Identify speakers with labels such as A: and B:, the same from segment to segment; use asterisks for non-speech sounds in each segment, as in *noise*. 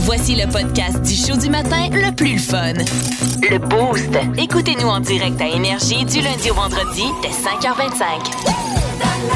A: Voici le podcast du show du matin le plus fun. Le Boost. Écoutez-nous en direct à Énergie du lundi au vendredi dès 5h25.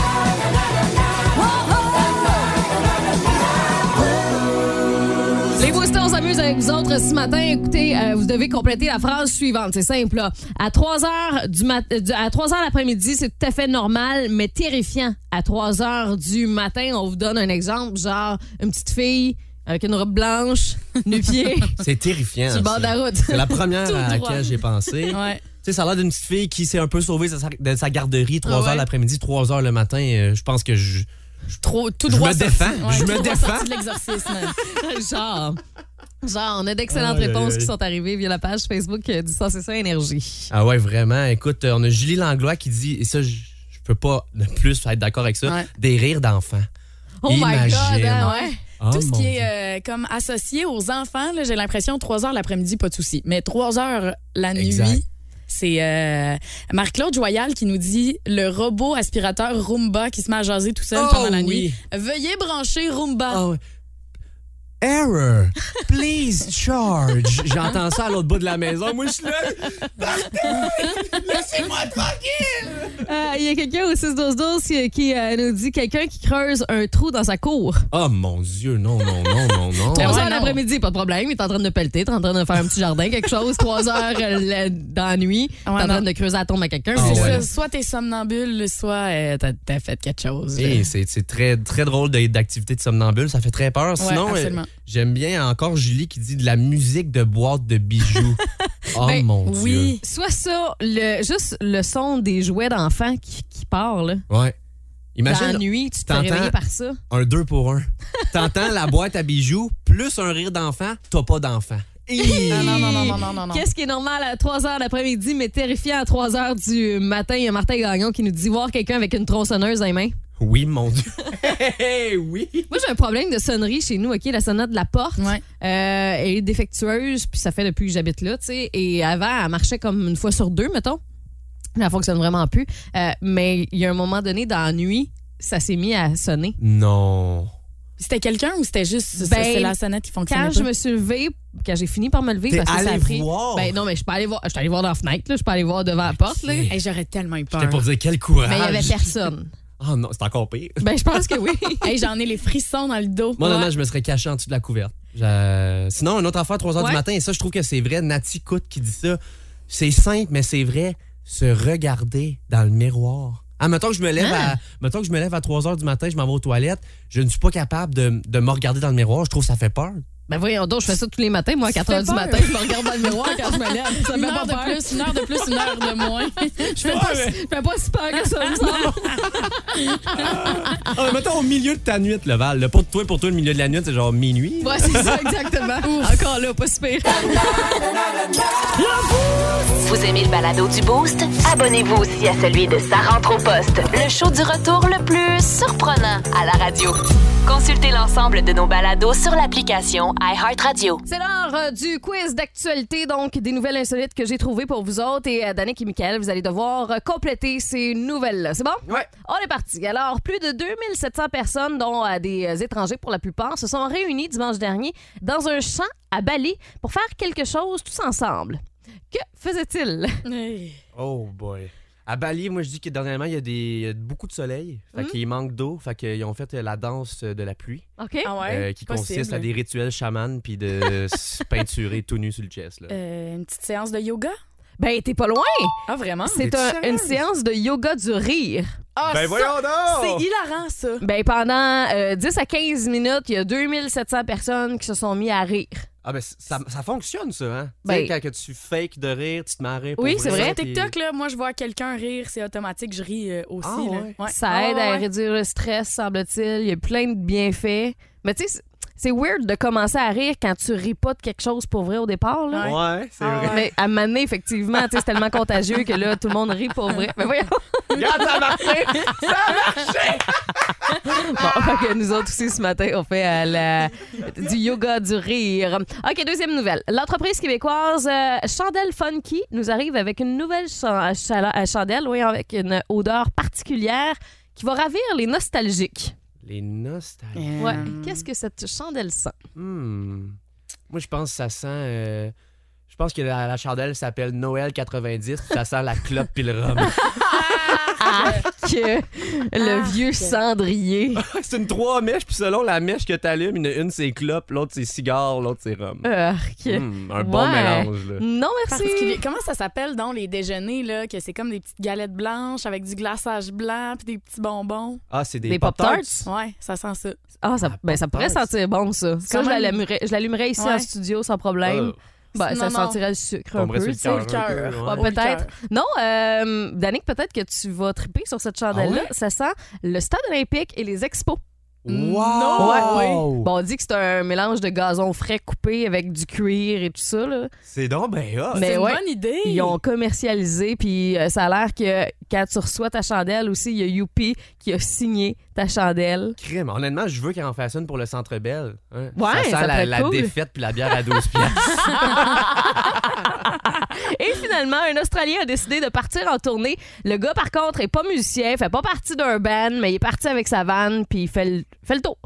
B: Les boosters, on s'amuse avec vous autres ce matin. Écoutez, euh, vous devez compléter la phrase suivante. C'est simple. là. À 3 heures du mat- euh, du- à 3 heures l'après-midi, c'est tout à fait normal, mais terrifiant. À 3 heures du matin, on vous donne un exemple, genre une petite fille avec une robe
C: *laughs*
B: blanche, nu pied,
D: C'est terrifiant.
B: sur le
D: ça.
B: bord de la route.
D: C'est la
B: *laughs*
D: première
B: Tout
D: à
B: droit.
D: laquelle j'ai pensé.
B: Ouais.
D: Tu sais, ça a l'air d'une petite fille qui s'est un peu sauvée de sa- de sa garderie, 3
B: Ah ouais.
D: h l'après-midi, 3 h le matin. Euh, Je pense que je,
B: Trop, tout
D: je
B: droit
D: me
B: sorti.
D: défends. je
B: tout
D: me
B: droit
D: défends.
B: sorti de
D: *laughs*
B: l'exorcisme. genre. Genre, on a d'excellentes
D: Aïe, aïe,
B: réponses qui
D: aïe.
B: sont arrivées via la page Facebook euh, du Sens et ça Énergie.
D: Ah ouais, vraiment. Écoute, euh, on a Julie Langlois qui dit, et ça, je je peux pas ne plus être d'accord avec ça,
C: Ouais.
D: des rires d'enfants.
B: Oh my God, hein, ouais.
D: Oh
C: Tout ce
D: mon
C: qui
D: Dieu.
C: est euh, comme associé aux enfants, là, j'ai l'impression 3 heures l'après-midi, pas de souci. Mais 3 heures la nuit,
D: Exact.
C: c'est euh, Marc-Claude Joyal qui nous dit le robot aspirateur Roomba qui se met à jaser tout
B: euh,
C: seul
D: Oh
C: pendant la
D: oui.
C: nuit. Veuillez brancher Roomba.
D: Ah ouais. Error. Please charge. J'entends ça à l'autre bout de la maison. Moi, je suis là.
B: Euh, Il y a quelqu'un au 6-12-12 qui, qui, euh, nous dit quelqu'un qui creuse un trou dans sa cour.
D: Oh mon Dieu, non, non, non,
B: *laughs*
D: non, non.
B: Trois
C: ouais,
B: heures
C: non.
B: l'après-midi, pas de problème. Il est en train de pelleter, t'es en train de faire un petit jardin, quelque *laughs* chose. Trois heures euh, le- dans la nuit, t'es en
C: Ouais,
B: train
C: non.
B: de creuser la tombe à quelqu'un.
D: Ah
C: C'est
B: C'est
C: ça,
D: ouais.
C: soit t'es somnambule, soit euh, t'as, t'as fait quelque chose.
D: Hey, Eh, c'est c'est très, très drôle de- d'activité de somnambule, ça fait très peur.
C: Ouais,
D: Sinon,
C: absolument.
D: euh, j'aime bien encore Julie qui dit de la musique de boîte
B: *laughs*
D: de bijoux. oh
B: Ben,
D: mon
C: oui.
B: Soit ça, le, juste le son des jouets d'enfants qui, qui part, là.
D: Dieu. Ouais.
B: Dans la
D: Imagine
B: nuit, tu te fais
D: t'entends-
B: réveiller par ça.
D: un deux pour un. T'entends la boîte à bijoux plus un rire d'enfant, t'as pas d'enfant. *laughs* Hi!
C: Ah, non, non, non, non, non, non, non.
B: Qu'est-ce qui est normal à 3 h l'après-midi, mais terrifiant à 3 h du matin? Il y a Martin Gagnon qui nous dit voir quelqu'un avec une tronçonneuse dans les mains.
D: Oui,
B: *laughs*
D: mon Dieu. Hey, oui.
B: Moi, j'ai un problème de sonnerie chez nous, OK? La sonnette de la porte
C: Ouais.
B: euh, elle est défectueuse, puis ça fait depuis que j'habite là, tu sais. Et avant, elle marchait comme une fois sur deux, mettons. Mais Elle fonctionne vraiment plus. Euh, mais il y a un moment donné, dans la nuit, ça s'est mis à sonner.
D: Non.
C: C'était quelqu'un ou c'était juste
B: Ben,
C: c'est la sonnette qui fonctionnait
B: Quand je
C: pas?
B: me suis levée, quand j'ai fini par me lever,
D: T'es
B: parce que ça a
D: allée
B: pris.
D: voir?
B: Ben non, mais je suis pas allée voir. Je suis allée voir dans la fenêtre, là. Je suis pas allée voir devant la porte, là.
D: Hey,
C: Hey, j'aurais tellement eu peur.
D: J'étais pour dire quel courage.
B: Mais
C: Ah,
B: il y avait
C: *laughs*
B: personne.
D: Oh non, c'est encore pire.
B: Ben, je pense que oui.
C: Hey, j'en ai les frissons dans le dos.
D: Moi,
C: Ouais.
D: normalement, je me serais caché en dessous de la couverte. J'a- Sinon, une autre affaire, 3 h
B: Ouais.
D: du matin, et ça, je trouve que c'est vrai. Nati Coute qui dit ça. C'est simple, mais c'est vrai. Se regarder dans le miroir. Ah, mettons que je me lève à, mettons que je me lève à 3 h du matin, je m'en vais aux toilettes. Je ne suis pas capable de, de me regarder dans le miroir. Je trouve que ça fait peur.
B: ben voyons donc, je fais ça tous les matins, moi, à
C: Ça
B: 4 h
C: fait
B: du
C: peur.
B: matin. Je me regarde dans le miroir quand je me lève. Ça me
C: une
B: fait pas
C: heure de
B: peur.
C: plus, une heure de plus, une heure de
D: *laughs*
C: moins.
B: Je fais pas, je fais pas si peur que ça, il me semble.
D: Ah, mettons au milieu de ta nuit, le Val. Le, pour toi, pour toi, le milieu de la nuit, c'est genre minuit.
B: Ouais, c'est ça, exactement. Encore là, pas si pire.
A: Vous aimez le balado du Boost? Abonnez-vous aussi à celui de Sa rentre au poste, le show du retour le plus surprenant à la radio. Consultez l'ensemble de nos balados sur l'application iHeartRadio.
B: C'est l'heure euh, du quiz d'actualité, donc des nouvelles insolites que j'ai trouvées pour vous autres. Et euh, Danick et Michael, vous allez devoir euh, compléter ces nouvelles-là. C'est bon?
D: Ouais.
B: On est parti. Alors, plus de 2700 personnes, dont euh, des euh, étrangers pour la plupart, se sont réunies dimanche dernier dans un champ à Bali pour faire quelque chose tous ensemble. Que faisaient-ils?
D: Oh boy. À Bali, moi je dis que dernièrement, il y a des, il y a beaucoup de soleil. Fait qu'il manque d'eau. Fait qu'ils ont fait euh, la danse de la pluie.
B: OK?
C: Ah ouais?
D: euh, qui
C: Possible.
D: consiste à des rituels chamans puis de se peinturer tout nu sur le chest. Là.
C: Euh, une petite séance de yoga?
B: Ben, t'es pas loin!
C: Ah, vraiment?
B: C'est
D: t'es-tu
B: un- une
D: sérieuse?
B: séance de yoga du rire.
C: Ah, ça,
D: Ben donc!
C: C'est hilarant, ça.
B: Ben, pendant euh, 10 à 15 minutes, il y a 2700 personnes qui se sont mis à rire.
D: Ah ben, c- ça, ça fonctionne, ça, hein?
B: Ben-
D: Tu sais, quand que tu fake de rire, tu te marres pour
B: Oui, c'est
C: Sur
B: vrai.
D: puis-
C: TikTok, là, moi, je vois quelqu'un rire, c'est automatique, je ris euh, aussi.
D: Ah,
C: là.
D: ouais.
C: Ouais.
B: Ça aide
C: Ah,
B: à
C: ouais.
B: réduire le stress, semble-t-il. Il y a plein de bienfaits. Mais tu sais, c'est- c'est weird de commencer à rire quand tu ris pas de quelque chose pour vrai au départ. Là.
D: Ouais, c'est
C: Ah,
D: vrai.
B: Mais à maner, effectivement, tu sais, c'est tellement contagieux que là, tout le monde rit pour vrai. Mais voyons.
D: Regarde, ça marche!
B: Bon,
C: Ah.
B: fait que nous autres aussi, ce matin, on fait euh, la- du yoga du rire. OK, deuxième nouvelle. L'entreprise québécoise euh, Chandelle Funky nous arrive avec une nouvelle chan- chala- euh, chandelle, oui, avec une odeur particulière qui va ravir les nostalgiques.
D: *laughs* Les nostalgies.
C: Euh,
B: Ouais. Qu'est-ce que cette chandelle sent?
D: Hmm. Moi, je pense que ça sent. euh, Je pense que la, la chandelle s'appelle Noël 90, puis ça sent la clope puis le rhum.
B: Que le vieux cendrier.
D: c'est une trois mèches, puis selon la mèche que t'allumes, une, une c'est clope, l'autre c'est cigare, l'autre c'est rhum.
B: Arc.
D: Hmm, un bon
B: Ouais.
D: mélange, là.
B: Non, merci.
C: particulier. Comment ça s'appelle donc les déjeuners là que c'est comme des petites galettes blanches avec du glaçage blanc puis des petits bonbons.
D: Ah, c'est des,
B: Des Pop-Tarts?
C: Ouais, ça sent ça.
B: Ah, ça, ben, ça pourrait
D: Pop-Tarts.
B: sentir bon, ça. Ça,
C: quand
B: je
C: même-
B: l'allumerais- je l'allumerais ici
C: Ouais.
B: en studio sans problème.
D: Oh,
B: Ben, ça
C: Non, non.
B: sentirait le sucre un
D: tomberait
B: peu.
D: sur
C: le
D: le cœur. hein. un peu,
C: cœur.
D: ouais.
B: Ouais,
C: Au
B: peut-être.
C: liqueur.
B: Non, euh, Danick, peut-être que tu vas triper sur cette chandelle-là.
D: Ah ouais?
B: Ça sent le stade olympique et les expos.
D: Wow!
B: Ouais. Bon, on dit que c'est un mélange de gazon frais coupé avec du cuir et tout ça. Là.
D: C'est donc ben hot.
B: Mais
C: c'est
B: ouais.
C: une bonne idée.
B: Ils ont commercialisé, puis euh, ça a l'air que quand tu reçois ta chandelle aussi, il y a Youpi qui a signé ta chandelle.
D: Crime. Honnêtement, je veux qu'elle en fasse une pour le Centre Bell. hein.
B: Ouais,
D: ça sent
B: ça pourrait
D: la,
B: être
D: la
B: cool.
D: défaite puis la bière
B: *laughs*
D: à 12 piastres.
B: Et finalement, un Australien a décidé de partir en tournée. Le gars, par contre, est pas musicien, fait pas partie d'un band, mais il est parti avec sa vanne, puis il fait le, fait le tour.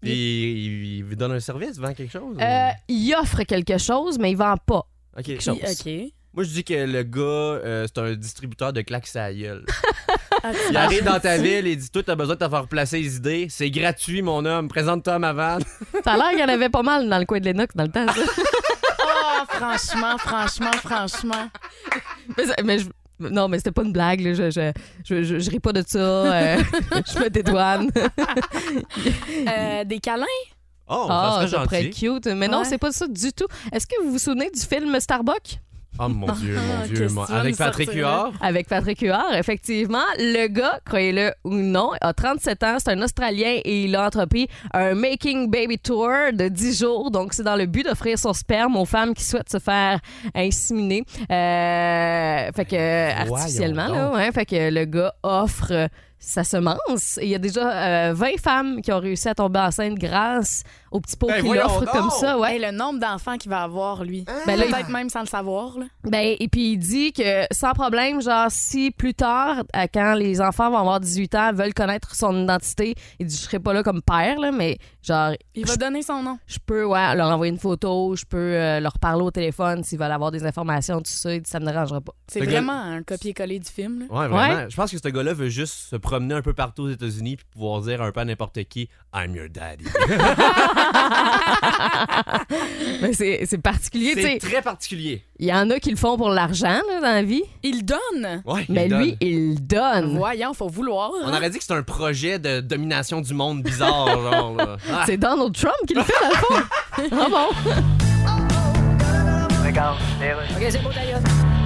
D: Puis il, il vous donne un service, vend quelque chose?
B: Euh, il offre quelque chose, mais il vend pas.
D: Ok.
B: chose.
C: Oui,
D: Moi, je dis que le gars, euh, c'est un distributeur de claques à la
B: *laughs*
D: gueule.
C: ok.
D: Il arrive dans
B: Ah,
D: ta ville et dit Toi, t'as besoin de te faire placer les idées. C'est gratuit, mon homme. Présente-toi à ma vanne.
B: *laughs* Ça a l'air qu'il y en avait pas mal dans le coin de Lennox dans le temps. ça.
C: *laughs* Ah, franchement, franchement, franchement.
B: *laughs* Mais ça- mais je- non, mais c'était pas une blague. là. Je, je, je, je- je ris pas de ça. euh, *laughs* je me dédouane.
C: Euh, des câlins?
D: Oh,
B: Ah,
D: ça serait
B: pourrait
D: gentil.
B: être cute. Mais non,
C: Ouais.
B: c'est pas ça du tout. Est-ce que vous vous souvenez du film Starbuck *laughs*
D: Oh mon Dieu, mon
C: Ah,
D: Dieu.
C: qu'est-ce
D: mon-
C: que tu vas
D: Avec
C: nous
D: Patrick
C: sortir, là?
B: hein?
D: Huard.
B: avec Patrick Huard? Effectivement, le gars, croyez-le ou non, a 37 ans, c'est un Australien et il a entrepris un Making Baby Tour de 10 jours. Donc, c'est dans le but d'offrir son sperme aux femmes qui souhaitent se faire inséminer. Euh, fait que,
D: voyons
B: artificiellement, là,
D: donc.
B: ouais, fait que le gars offre euh, sa semence. Et Il y a déjà euh, 20 femmes qui ont réussi à tomber enceinte grâce au petit pot
D: Ben,
B: qu'il
D: voyons
B: offre
D: donc!
B: comme ça. Ouais.
C: Hey, le nombre d'enfants qu'il va avoir, lui.
B: Ben là, il-
C: Peut-être même sans le savoir. Là.
B: Ben, et puis il dit que sans problème, genre, si plus tard, à quand les enfants vont avoir 18 ans, veulent connaître son identité, il dit, je serai pas là comme père, là, mais genre,
C: Il va donner son nom.
B: je peux ouais, leur envoyer une photo, je peux euh, leur parler au téléphone s'ils veulent avoir des informations, tout ça, il dit, ça me dérangera pas.
C: C'est
D: Le gars-
C: vraiment un copier-coller du film. là.
D: Ouais, vraiment. Je pense que ce gars-là veut juste se promener un peu partout aux États-Unis puis pouvoir dire un peu à n'importe qui I'm your
C: *laughs*
D: daddy.
B: *laughs* Mais c'est c'est particulier, tu
D: C'est
B: sais.
D: très particulier.
B: Il y en a qui le font pour l'argent, là, dans la vie,
C: Il donne.
D: Ouais, il
B: mais
D: donne.
B: lui, il le
D: Mm.
B: donne.
C: Voyons, faut vouloir.
D: On aurait dit que c'est un projet de domination du monde bizarre, genre.
C: *laughs*
D: là. Ah,
B: C'est Donald Trump qui le fait, dans le fond. *laughs* Ah bon?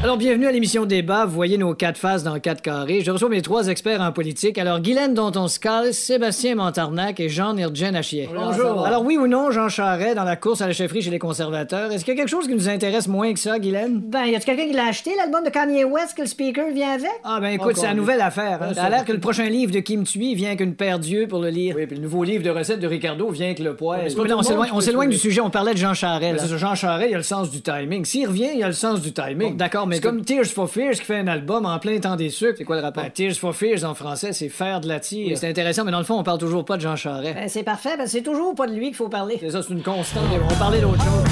E: Alors, bienvenue à l'émission Débat. Vous voyez nos quatre faces dans quatre carrés. Je reçois mes trois experts en politique. Alors, Guylaine Danton-Scal, Sébastien Montarnac et Jean Irgen Achier. Bonjour. Alors, oui ou non, Jean Charret, dans la course à la chefferie chez les conservateurs, est-ce qu'il y a quelque chose qui nous intéresse moins que ça, Guylaine?
F: Ben, y a-tu quelqu'un qui l'a acheté, l'album de Kanye West que le speaker vient avec?
E: Ah, ben écoute, c'est la nouvelle affaire.
F: Ah,
E: hein. Ça a l'air que le prochain livre de Kim Thuy vient qu'une paire d'yeux pour le lire. Oui, puis le nouveau livre de recettes de Ricardo vient que le poids. on s'éloigne- on s'éloigne du sujet, on parlait de Jean Charest. là. Jean Charest, il a le sens du timing. S'il revient, il a le sens du timing. D'accord, mais. C'est comme Tears for Fears qui fait un album en plein temps des sucres. C'est quoi le rapport? Tears for Fears en français, c'est faire de la tire. c'est intéressant, mais dans le fond, on parle toujours pas de Jean Charest.
F: Ben, c'est parfait, ben, c'est toujours pas de lui qu'il faut parler.
E: C'est ça, c'est une constante. On parlait d'autre chose.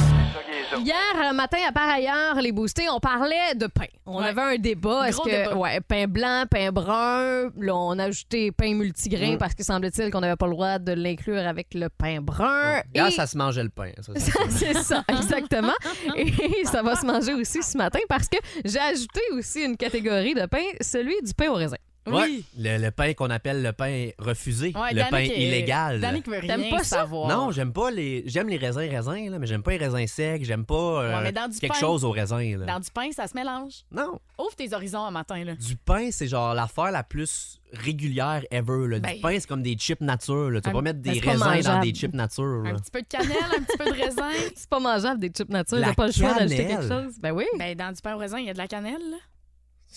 B: Hier matin, à par ailleurs, les boostés, on parlait de pain. On
C: Ouais.
B: avait un débat. Est-ce
C: Gros
B: que
C: débat.
B: ouais, pain blanc, pain brun, là, on a ajouté pain multigrain
D: Mm.
B: parce que semble-t-il qu'on n'avait pas le droit de l'inclure avec le pain brun. Et- *laughs*
D: Hier, ça se mangeait le pain. ça, ça.
B: c'est ça, exactement.
D: *laughs*
B: Et ça va se manger aussi ce matin parce que j'ai ajouté aussi une catégorie de pain, celui du pain au raisin.
C: Oui.
D: Ouais, le, le pain qu'on appelle le pain refusé,
C: Ouais,
D: le
C: Danick
D: pain
C: est-
D: illégal.
C: Danick veut rien
B: T'aimes pas ça?
C: savoir.
D: Non, j'aime pas les. J'aime les raisins raisins, là, mais j'aime pas les raisins secs. J'aime pas euh,
C: Ouais, mais dans du
D: quelque
C: pain.
D: chose aux raisins. là.
C: Dans du pain, ça se mélange.
D: Non,
C: Ouvre tes horizons un matin. Là.
D: du pain, c'est genre l'affaire la plus régulière ever. là.
C: Ben-
D: du pain, c'est comme des chips nature. là. Tu vas
C: Un-
D: pas mettre
B: Ben,
D: des
B: c'est pas
D: raisins dans
B: mangeable.
D: des chips nature. là.
C: Un petit peu de cannelle, un petit peu de raisin.
B: C'est pas mangeable des chips nature,
D: La
B: t'as pas le choix d'ajouter quelque
D: cannelle.
B: chose. Ben oui.
C: *laughs* Ben, dans du pain au raisin, il y a de la cannelle. là.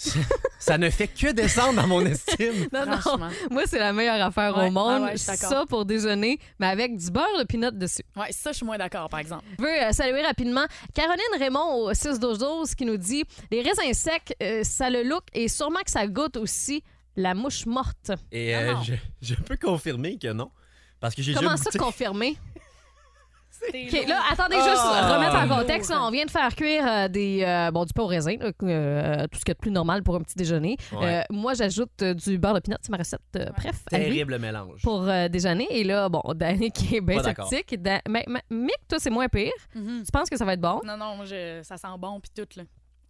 D: *laughs* Ça ne fait que descendre
B: *laughs*
D: dans mon estime.
B: Non, non.
C: Franchement.
B: Moi, c'est la meilleure affaire
C: Ouais,
B: au monde.
C: ah ouais, je suis d'accord.
B: ça pour déjeuner, mais avec du beurre de pinot dessus.
C: Ouais, ça, je suis moins d'accord, par exemple.
B: Je veux euh, saluer rapidement Caroline Raymond au 6 12 qui nous dit Les raisins secs, euh, ça le look et sûrement que ça goûte aussi la mouche morte.
D: Et
C: Ah
D: euh,
C: non.
D: je, je peux confirmer que non.
G: Parce que j'ai déjà
B: Comment ça
G: goûté.
B: confirmer? OK, là, attendez juste
G: Ah!
B: remettre en contexte. là, on vient de faire cuire euh, des, euh, bon, du pain au raisin, là, euh, tout ce qu'il y a de plus normal pour un petit déjeuner.
G: Ouais.
B: Euh, moi, j'ajoute euh, du beurre de pinot, c'est ma recette. euh, Bref, à lui,
D: Terrible mélange.
B: pour euh, déjeuner. Et là, bon, Danny qui est bien
G: Pas d'accord.
B: sceptique. Dan- mais- mais- Mick, toi, c'est moins pire.
C: Mhm.
B: Tu penses que ça va être bon?
C: Non, non, moi, je- ça sent bon, puis tout, là.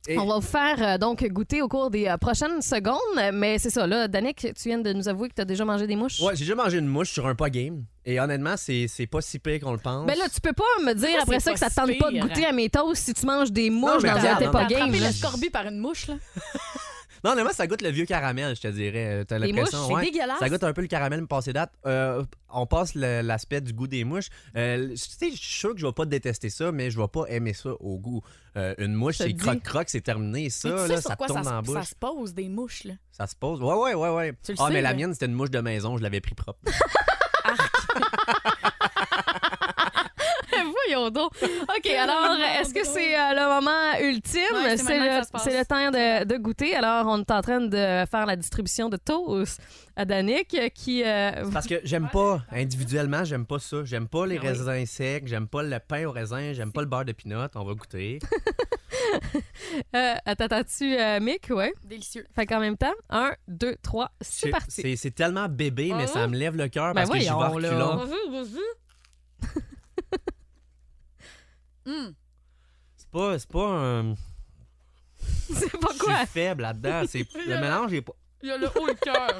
D: Et-
B: On va vous faire euh, donc goûter au cours des euh, prochaines secondes, mais c'est ça. Là, Danick, tu viens de nous avouer que tu as déjà mangé des mouches.
D: Ouais, j'ai déjà mangé une mouche sur un pas game. Et honnêtement, c'est c'est pas si pire qu'on le pense.
B: Ben là, tu peux pas me dire
C: Ça,
B: après ça
C: c'est
B: que ça
C: pas
B: te tente
C: si
B: pas de
C: pire.
B: goûter à mes toasts si tu manges des mouches
D: mais
B: dans un
D: regarde,
B: t'es
D: non,
B: pas
D: mais-
B: game.
C: Attraper
B: là.
C: le scorbut par une mouche, là.
D: Non, honnêtement, ça goûte le vieux caramel, je te dirais. Euh, T'as
B: Les
D: l'impression,
B: mouches, c'est
D: ouais.
C: dégueulasse.
D: Ça goûte un peu le caramel passé date. Euh, on passe le- l'aspect du goût des mouches. Euh, tu sais, je suis sûr que je vais pas détester ça, mais je vais pas aimer ça au goût. Euh, une mouche,
B: Je te
D: c'est
B: dis.
D: croque-croque, c'est terminé. Ça,
C: Mais tu sais
D: là,
C: sur
D: ça
C: quoi
D: tombe
C: ça, se-
D: dans la
C: ça
D: bouche.
C: se pose, des mouches, là.
D: Ça se pose. Ouais, ouais, ouais, ouais.
C: Tu le
D: ah,
C: sais,
D: mais la
C: là.
D: mienne, c'était une mouche de maison, je l'avais pris
C: *laughs*
D: propre.
B: Voyons
C: *laughs*
B: donc. OK, alors, est-ce que c'est euh, le moment ultime?
C: Ouais, c'est
B: c'est
C: maintenant que
B: le,
C: ça se passe.
B: c'est le temps de, de goûter. Alors, on est en train de faire la distribution de toasts à Danick euh, qui... euh,
D: Parce que j'aime pas, individuellement, j'aime pas ça. J'aime pas
C: Ah
D: les raisins secs, j'aime pas le pain au raisin, j'aime pas le beurre de pinot. On va
C: *laughs*
D: goûter.
B: euh, T'attends-tu, euh, Mick? Ouais.
C: Délicieux.
B: Fait qu'en même temps, un, deux, trois, c'est
D: C'est-
B: parti.
D: C'est c'est tellement bébé, mais
B: Ah
D: ça me lève le cœur
B: Ben
D: parce que j'y vais
B: voyons, là.
D: reculons.
C: *laughs* Hum.
D: C'est pas, c'est pas un.
B: *laughs* C'est pas
D: Je
B: quoi?
D: suis
B: *laughs*
D: faible là-dedans. C'est- Le mélange est pas.
C: Il y a le haut et le cœur.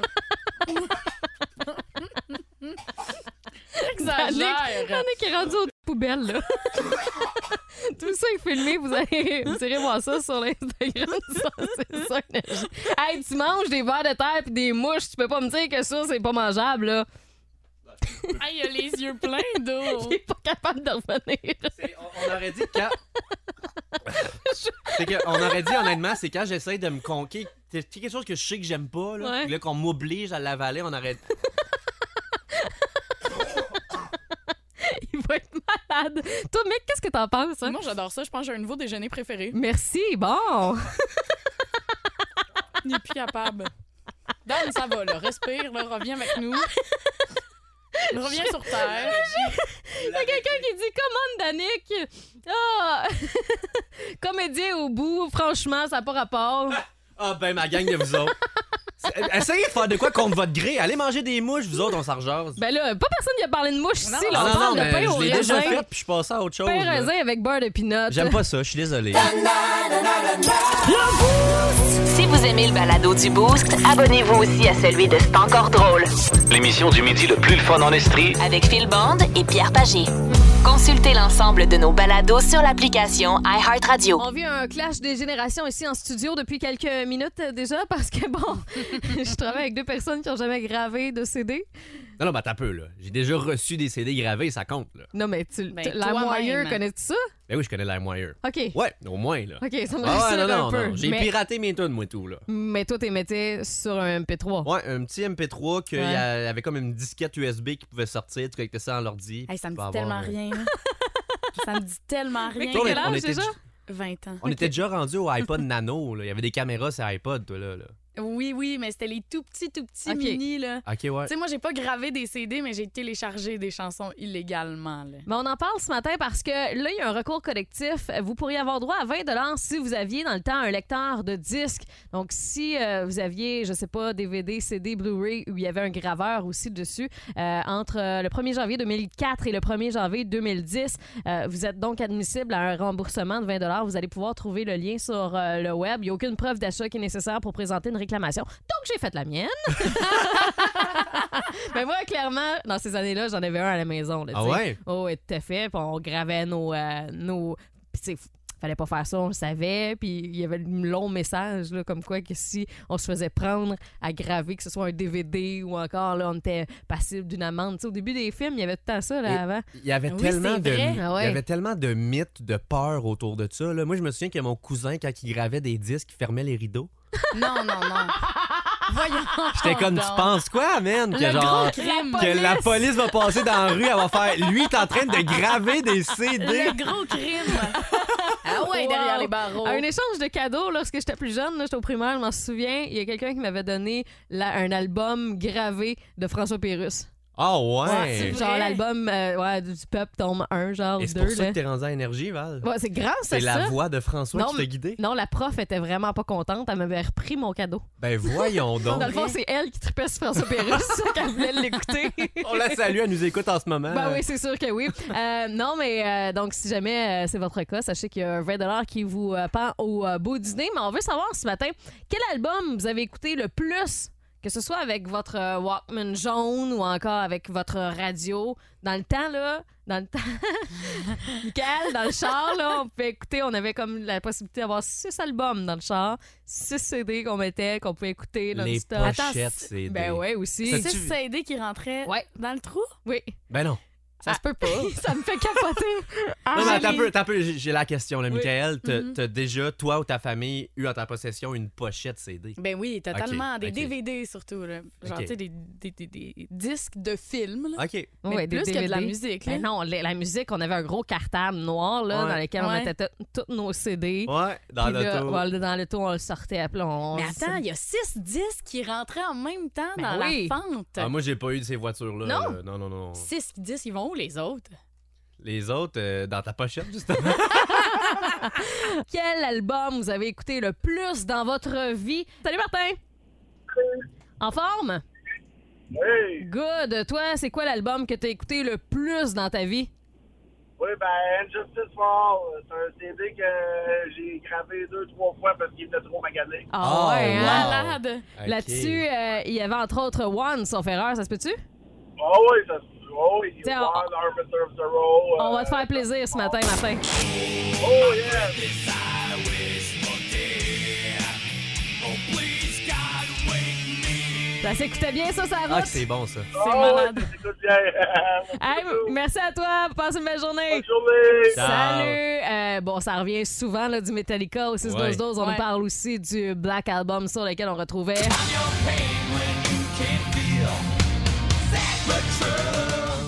C: Exagère.
B: Danick est rendu aux poubelles, là. *laughs* Tout ça est filmé, vous, allez, vous irez voir ça sur l'Instagram. *laughs* Ça, c'est ça, énergie. Hey, tu manges des vers de terre pis des mouches, tu peux pas me dire que ça, c'est pas mangeable, là. *laughs*
C: Ah, il a les yeux pleins d'eau. *laughs*
B: Il est pas capable de revenir.
D: C'est- On, on aurait dit quand.
B: *laughs*
D: c'est que, on aurait dit honnêtement, c'est quand j'essaye de me conquer. C'est quelque chose que je sais que j'aime pas, là,
B: Ouais.
D: puis là, qu'on m'oblige à l'avaler, on aurait.
B: Il va être malade. Toi, mec, qu'est-ce que t'en penses, hein?
C: Moi, j'adore ça. Je pense que j'ai un nouveau déjeuner préféré.
B: Merci, bon.
C: Il n'est plus capable. Dan, ça va, là. Respire, là. Reviens avec nous. Reviens sur Terre.
B: Il y a quelqu'un qui dit Commande, Danick. Ah! *laughs* Comédien au bout, franchement, ça n'a pas rapport.
D: Ah ben, ma gang de vous autres. C'est- euh, Essayez de faire de quoi contre votre gré. Allez manger des mouches, vous autres, on s'en rejase.
B: Ben là, pas personne qui a parlé de mouche ici.
C: non,
B: là, on
D: non,
B: parle
D: non,
B: de
D: mais
B: pain au
D: je l'ai déjà
B: raisin.
D: fait, puis je suis passé à autre chose.
B: Pain
D: là.
B: raisin avec beurre de pinot.
D: J'aime pas ça, je suis désolé.
A: Si vous aimez le balado du Boost, abonnez-vous aussi à celui de C'est encore drôle
H: L'émission du midi le plus le fun en Estrie.
A: avec Phil Bond et Pierre Pagé. Consultez l'ensemble de nos balados sur l'application iHeartRadio.
B: On vit un clash des générations ici en studio depuis quelques minutes euh, déjà parce que, bon, *laughs* je travaille avec deux personnes qui n'ont jamais gravé de CD.
D: Non, non, ben t'as peu, là. J'ai déjà reçu des CD gravés, ça compte, là.
B: Non, mais tu,
C: Ben,
B: tu- la
C: toi-même.
B: moyeur, connais-tu ça?
D: Ben oui, je connais l'air moyen.
B: OK.
D: Ouais, au moins, là.
B: OK, ça me
D: Ah ouais,
B: rassure
D: non,
B: un
D: non,
B: peu.
D: non. J'ai
B: mais,
D: piraté mes tunes, moi, tout, là.
B: mais toi, t'es mettais sur un MP3.
C: Oh.
D: Ouais, un petit MP3 qu'il
B: Ouais.
D: y a- euh, avait comme une disquette USB qui pouvait sortir, tu connectais ça à l'ordi.
C: Hey, ça me
D: tu
C: dit
D: peux avoir,
C: tellement
D: euh,
C: rien. là. ça me dit tellement rien.
D: tu sais, on est-
B: quel âge
D: on était
B: déjà?
D: ju-
C: 20 ans.
D: On était déjà rendu au
C: *laughs*
D: iPod Nano, là. Il y avait des caméras sur iPod, toi, là. là.
C: Oui, oui, mais c'était les tout petits, tout petits
B: Ok.
C: mini, là.
D: Ok, ouais.
C: Tu sais, moi, j'ai pas gravé des CD, mais j'ai téléchargé des chansons illégalement, là.
B: Mais on en parle ce matin parce que là, il y a un recours collectif. Vous pourriez avoir droit à 20 si vous aviez dans le temps un lecteur de disques. Donc, si euh, vous aviez, je sais pas, DVD, CD, Blu-ray, où il y avait un graveur aussi dessus, euh, entre euh, le 1er janvier 2004 et le 1er janvier 2010, euh, vous êtes donc admissible à un remboursement de 20 Vous allez pouvoir trouver le lien sur euh, le web. Il n'y a aucune preuve d'achat qui est nécessaire pour présenter une réclamation. Donc, j'ai fait la mienne. *laughs* Mais moi, clairement, dans ces années-là, j'en avais un à la maison. là, tu
D: Ah
B: sais.
D: ouais?
B: Oh, oui, tout à fait. Puis on gravait nos. euh, nos... Puis, tu sais, fallait pas faire ça, on le savait. Puis il y avait le long message, là, comme quoi que si on se faisait prendre à graver, que ce soit un DVD ou encore, là, on était passible d'une amende. Tu sais, au début des films, il y avait tout le temps ça, là,
D: Et-
B: avant.
D: Il y avait
C: Oui,
D: tellement
C: c'est
D: de
C: vrai.
B: Ah ouais.
D: il y avait tellement de mythes, de peurs autour de ça. Là. Moi, je me souviens que mon cousin, quand il gravait des disques, il fermait les rideaux.
C: Non, non, non. Voyons.
D: J'étais comme, tu
C: donc.
D: penses quoi, man? Que, genre,
C: crime.
D: que la police va passer dans la rue, elle va faire. Lui, il est en train de graver des CD.
C: Le gros crime. Ah ouais,
B: Wow.
C: derrière les barreaux.
B: À un échange de cadeaux, lorsque j'étais plus jeune, là, j'étais au primaire, je m'en souviens, il y a quelqu'un qui m'avait donné la- un album gravé de François Pérus.
D: Ah ouais!
B: Ouais, genre l'album euh, ouais, du peuple tombe un, genre
D: Et
B: ou
D: c'est pour
B: deux.
D: ça
B: là.
D: que t'es rendu à énergie, Val?
B: Ouais, c'est grand, ça.
D: c'est la
B: ça.
D: voix de François
B: Non,
D: qui
B: mais- *laughs*
D: t'a guidé?
B: Non, la prof était vraiment pas contente. Elle m'avait repris mon cadeau.
D: Ben voyons
B: *laughs*
D: donc!
B: Dans le fond, c'est elle qui tripait sur François Pérus. *laughs* c'est sûr qu'elle voulait l'écouter.
D: On la salue, elle nous écoute en ce moment.
B: Ben oui, c'est sûr que
D: *laughs*
B: oui. Euh, non, mais euh, donc, si jamais euh, c'est votre cas, sachez qu'il y a un 20 qui vous euh, pend au euh, bout du nez. Mais on veut savoir ce matin, quel album vous avez écouté le plus, que ce soit avec votre euh, Walkman jaune ou encore avec votre radio. Dans le temps, là, dans le temps, *laughs* Michael, dans le char, là, on pouvait écouter, on avait comme la possibilité d'avoir six albums dans le char, six CD qu'on mettait, qu'on pouvait écouter
D: Les
B: non-stop.
D: pochettes, c'est
B: Ben
D: des-
B: ouais, aussi.
D: Ça-
C: C'est
D: Tu-
C: CD qui rentrait
B: Ouais.
C: dans le trou?
B: Oui,
D: Ben non.
C: Ah. *laughs* Ça se peut pas.
B: ça me fait *laughs* capoter.
D: Ah, Non, mais
C: Ah, j'ai-
D: attends un peu, attends un peu, j'ai j'ai la question. Là, Michael, t'as
B: Mm-hmm.
D: t'as déjà, toi ou ta famille, eu en ta possession une pochette CD?
C: Ben oui, totalement.
D: Ok,
C: des
D: ok.
C: DVD surtout. Là. Genre,
D: Ok.
C: tu sais, des, des, des- des disques de films.
B: Mm-hmm.
C: Là.
D: OK.
C: Mais
B: Ouais, des
C: plus que de la
B: DVD.
C: musique. là.
B: Ben non, la, la musique, on avait un gros cartable noir là,
D: Ouais.
B: dans lequel on
C: Ouais.
B: mettait tout- tous nos CD.
D: Ouais, dans
B: Puis là,
D: l'auto.
B: ouais, dans le tour, on le sortait. Puis là, on-
C: Mais attends, il y a six disques qui rentraient en même temps
B: Ben
C: dans
B: oui.
C: la fente.
D: Ah, moi, j'ai pas eu de ces voitures-là.
C: Non.
D: là. Non, non, non.
C: Six puis dix, ils vont où les autres?
D: Les autres, euh, dans ta pochette, justement.
B: Quel album vous avez écouté le plus dans votre vie? Salut Martin! En forme?
G: Oui,
B: Good! Toi, c'est quoi l'album que t'as écouté le plus dans ta vie?
G: oui, ben, Injustice for All, c'est un CD que euh, j'ai gravé deux, trois fois parce qu'il était trop magané.
B: Ah ouais,
D: wow.
B: hein?
C: Malade.
D: OK.
B: Là-dessus, euh, il y avait entre autres One, sauf erreur, ça se peut-tu?
G: Ah oui, ça se oh, oui,
B: Tiens,
G: One,
B: on-
G: Harvester of Zero.
B: On
G: euh,
B: va te faire plaisir ce matin, Martin.
G: Oh, yeah!
B: Ça s'écoutait bien, ça, ça route?
D: Ah, que c'est bon, ça.
G: Ah, ouais,
C: malade.
G: ça s'écoute bien. *laughs*
B: Hey, merci à toi, passe une belle journée!
G: Bonne journée!
D: Ciao.
B: Salut! Euh, bon, ça revient souvent là, du Metallica au 6 12 12 On
C: Ouais.
B: nous parle aussi du Black Album sur lequel on retrouvait.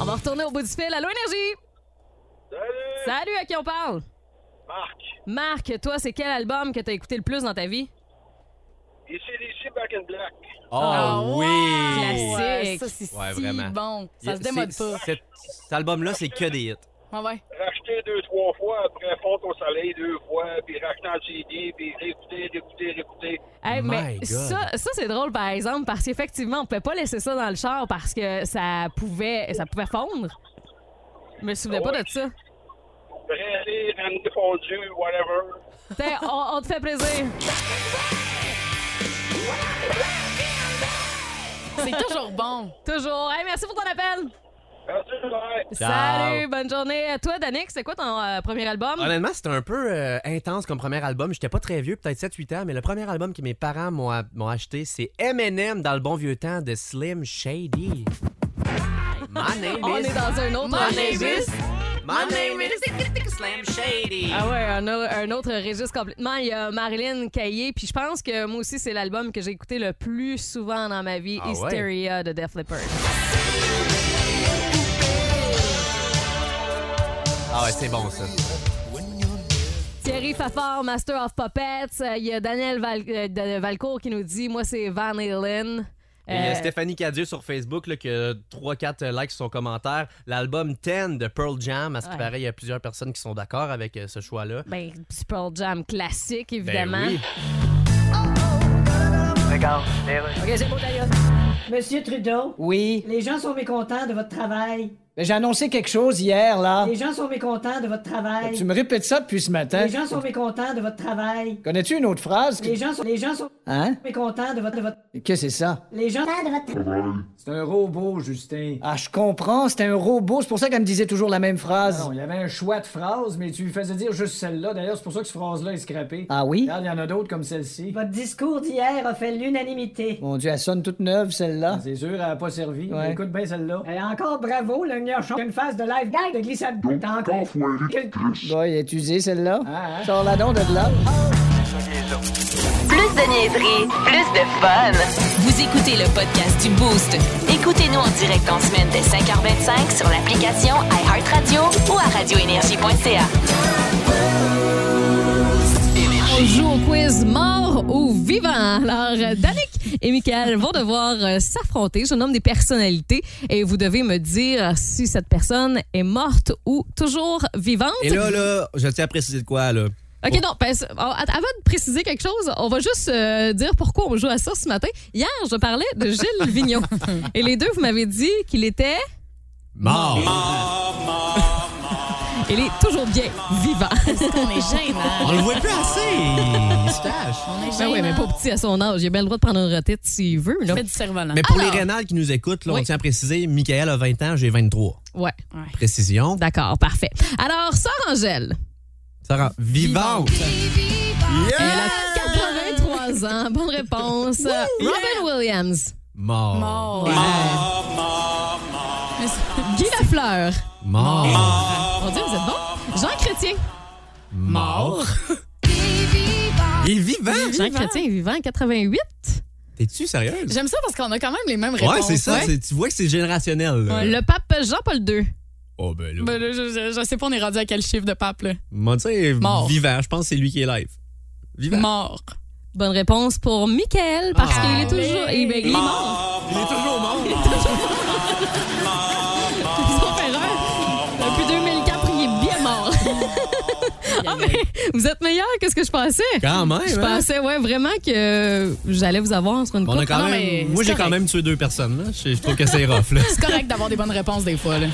B: On va retourner au bout du fil. Allô, Énergie!
G: Salut!
B: Salut, à qui on parle?
G: Marc,
B: Marc, toi, c'est quel album que t'as écouté le plus dans ta vie?
G: ici, ici, Back in Black.
D: Oh,
B: Ah, Classique.
D: oui!
C: Ouais, Ça, c'est
D: Ouais,
C: si
D: vraiment.
C: bon. Ça
D: Yeah,
C: se démode
D: c'est-
C: pas.
D: Cet, cet album-là, c'est que des hits.
C: Ouais, ouais.
G: Racheter deux, trois fois, après fondre au soleil deux fois, puis racheter en CD, puis réécouter, réécouter, réécouter.
B: Hey,
D: My
B: mais
D: God.
B: ça, ça c'est drôle par exemple parce qu'effectivement on pouvait pas laisser ça dans le char parce que ça pouvait ça pouvait fondre. Je me souvenais
G: Ah
B: pas de ça.
G: Brûler, ramener fondu, whatever.
B: Tiens, on, on te fait plaisir.
C: C'est
D: *laughs*
C: toujours bon.
B: Toujours. Hey, merci pour ton appel.
G: Merci, bye!
D: Ciao.
B: Salut, bonne journée. À toi, Danick, c'est quoi ton euh, premier album?
D: Honnêtement, c'était un peu euh, intense comme premier album. J'étais pas très vieux, peut-être 7-8 ans, mais le premier album que mes parents m'ont a- m'ont acheté, c'est M&M dans le bon vieux temps de Slim Shady. My name
B: On est dans un autre.
C: My name is-
D: My name is Slim Shady.
B: Ah ouais, un, au- un autre registre complètement. Il y a Marilyn Caillé, puis je pense que moi aussi, c'est l'album que j'ai écouté le plus souvent dans ma vie,
D: Ah ouais?
B: Hysteria de Def Leppard.
D: Ah ouais, c'est bon ça.
B: Thierry Fafard, Master of Puppets. Euh, Il y a Daniel Val- euh, de- Valcourt qui nous dit, moi, c'est Van Halen.
D: Et il y a
B: Euh,
D: Stéphanie Cadieux sur Facebook là, qui a 3-4 euh, likes sur son commentaire. L'album 10 de Pearl Jam, à ce qui
B: Ouais.
D: paraît, il y a plusieurs personnes qui sont d'accord avec euh, ce choix-là.
B: ben, du Pearl Jam classique,
D: Ben
B: évidemment.
D: oui.
F: Monsieur Trudeau,
E: Oui.
F: les gens sont mécontents de votre travail.
E: Mais j'ai annoncé quelque chose hier, là.
F: Les gens sont mécontents de votre travail.
E: Tu me répètes ça depuis ce matin.
F: Les gens sont mécontents de votre travail.
E: Connais-tu une autre phrase? qui-
F: Les gens sont, les gens sont
E: Hein?
F: mécontents de votre, de votre,
E: Qu'est-ce que c'est ça?
F: les gens de votre
I: C'est un robot, Justin.
E: Ah, je comprends, c'était un robot, c'est pour ça qu'elle me disait toujours la même phrase.
I: Non, il y avait un choix de phrase, mais tu lui faisais dire juste celle-là. D'ailleurs, c'est pour ça que cette phrase-là est scrappée.
E: Ah oui?
I: Regarde, il y en a d'autres comme celle-ci.
F: votre discours d'hier a fait l'unanimité.
E: Mon Dieu, elle sonne toute neuve, celle-là.
I: C'est sûr, elle n'a pas servi.
E: Ah. Ouais.
I: Écoute bien celle-là.
F: Et encore bravo, le gnochon. Une phase de live gag de glissade. T'as encore que le-
E: Boy, elle est usée, celle-là.
I: Ah, hein?
E: Sors la don de là.
A: Plus de niaiserie, plus de fun. Vous écoutez le podcast du Boost. Écoutez-nous en direct en semaine dès 5h25 sur l'application iHeartRadio ou à radioénergie.ca.
B: On joue au quiz mort ou vivant. Alors, euh, Danick, et Michael vont devoir euh, s'affronter. Je nomme des personnalités et vous devez me dire si cette personne est morte ou toujours vivante.
J: Et là, là, je tiens à préciser de quoi, là.
B: OK, non, parce- oh, att- avant de préciser quelque chose, on va juste euh, dire pourquoi on joue à ça ce matin. Hier, je parlais de
J: *laughs*
B: Gilles Vignon. Et les deux, vous m'avez dit qu'il était...
D: Mort.
B: Il est toujours bien vivant.
C: On est gênant.
D: On le voit plus assez. Il se cache.
C: On est
B: Ben oui, mais
C: gênant.
B: pas petit à son âge. Il a bien le droit de prendre une retraite s'il veut. Là.
C: Fais du cerf-volant.
D: Mais pour
B: Alors.
D: les rénales qui nous écoutent, là, on
B: Oui.
D: tient à préciser, Michael a 20 ans, j'ai 23.
B: Ouais.
D: Précision.
B: D'accord, parfait. Alors, Sœur Angèle,
D: Sarah, vivante.
B: elle a 83 ans. Bonne réponse. Robin Williams,
D: Mort.
C: Mort. Mais c'est-
B: Guy Lafleur.
D: Mort.
B: Mon Dieu, vous êtes bon. Jean Chrétien.
D: Mort. Il est vivant.
B: Jean Chrétien est vivant, 88.
D: T'es-tu sérieuse?
C: J'aime ça parce qu'on a quand même les mêmes réponses.
D: Ouais, c'est ça.
C: Ouais.
D: c'est- Tu vois que c'est générationnel. là.
B: Le pape Jean-Paul II.
D: Oh, ben là.
C: Ben là, je, je- je sais pas, on est rendu à quel chiffre de pape, là.
D: Moi, tu sais,
C: Mort.
D: vivant. Je pense que c'est lui qui est live. Vivant.
C: Mort.
B: Bonne réponse pour Michael, parce qu'il est toujours. Il, ben, il est mort.
D: Il est toujours mort.
B: Ils ont fait erreur. Depuis 2004, il est bien mort.
D: *laughs*
B: Ah, mais vous êtes meilleur que ce que je pensais.
D: Quand même.
B: Je
D: hein?
B: pensais, ouais, vraiment que j'allais vous avoir sur une
D: On a
B: coupe.
D: quand
C: Non, mais
D: même... Moi,
C: c'est
D: j'ai quand
C: correct.
D: même tué deux personnes. Là. Je, je trouve que c'est rough. Là.
C: C'est correct d'avoir des bonnes réponses des fois, là.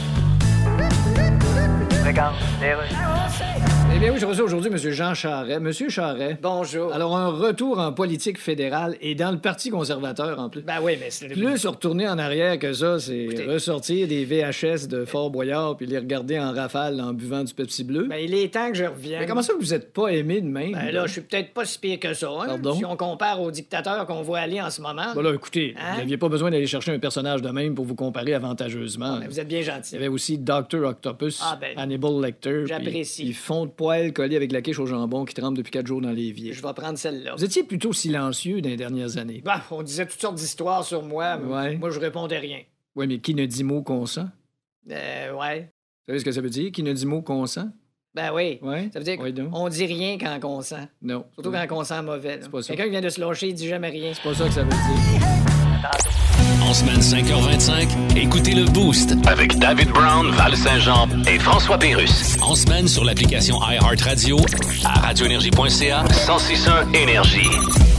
E: Eh bien oui, je reçois aujourd'hui M. Jean Charret. Monsieur Charret. Bonjour. Alors, un retour en politique fédérale et dans le Parti conservateur en plus. Ben oui, mais c'est... Plus retourner en arrière que ça, c'est ressortir des VHS de Fort Boyard puis les regarder en rafale en buvant du Pepsi bleu.
F: Ben, il est temps que je revienne.
E: Mais comment ça que vous êtes pas aimé de même?
F: Ben là, je suis peut-être pas si pire que ça. hein,
E: Pardon?
F: Si on compare aux dictateurs qu'on voit aller en ce moment.
E: Bon là, écoutez,
F: Hein?
E: vous n'aviez pas besoin d'aller chercher un personnage de même pour vous comparer avantageusement.
F: Ben, vous êtes bien
E: Il y
F: gentil.
E: avait aussi Dr. Octopus,
F: Ah, ben,
E: Hannibal Lecter. puis-
F: j'apprécie.
E: Puis fond de poêle collé avec la quiche au jambon qui trempe depuis quatre jours dans l'évier.
F: Je vais prendre celle-là.
E: Vous étiez plutôt silencieux dans les dernières années.
F: Bah, on disait toutes sortes d'histoires sur moi. mais
E: Ouais.
F: Moi, je répondais rien.
E: Oui, mais qui ne dit mot consent?
F: Euh, ouais.
E: Vous savez ce que ça veut dire, qui ne dit mot consent?
F: Ben oui.
E: Ouais.
F: Ça veut dire
E: Ouais, donc.
F: qu'on dit rien quand on sent.
E: Non.
F: Surtout quand on sent mauvais. là.
E: C'est pas ça.
F: Quelqu'un qui vient de se lâcher, il dit jamais rien.
E: C'est pas ça que ça veut dire.
H: En semaine 5h25, écoutez le Boost
J: Avec David Brown, Val Saint-Jean et François Pérus.
H: En semaine sur l'application iHeartRadio à radioénergie.ca
J: 1061 Énergie.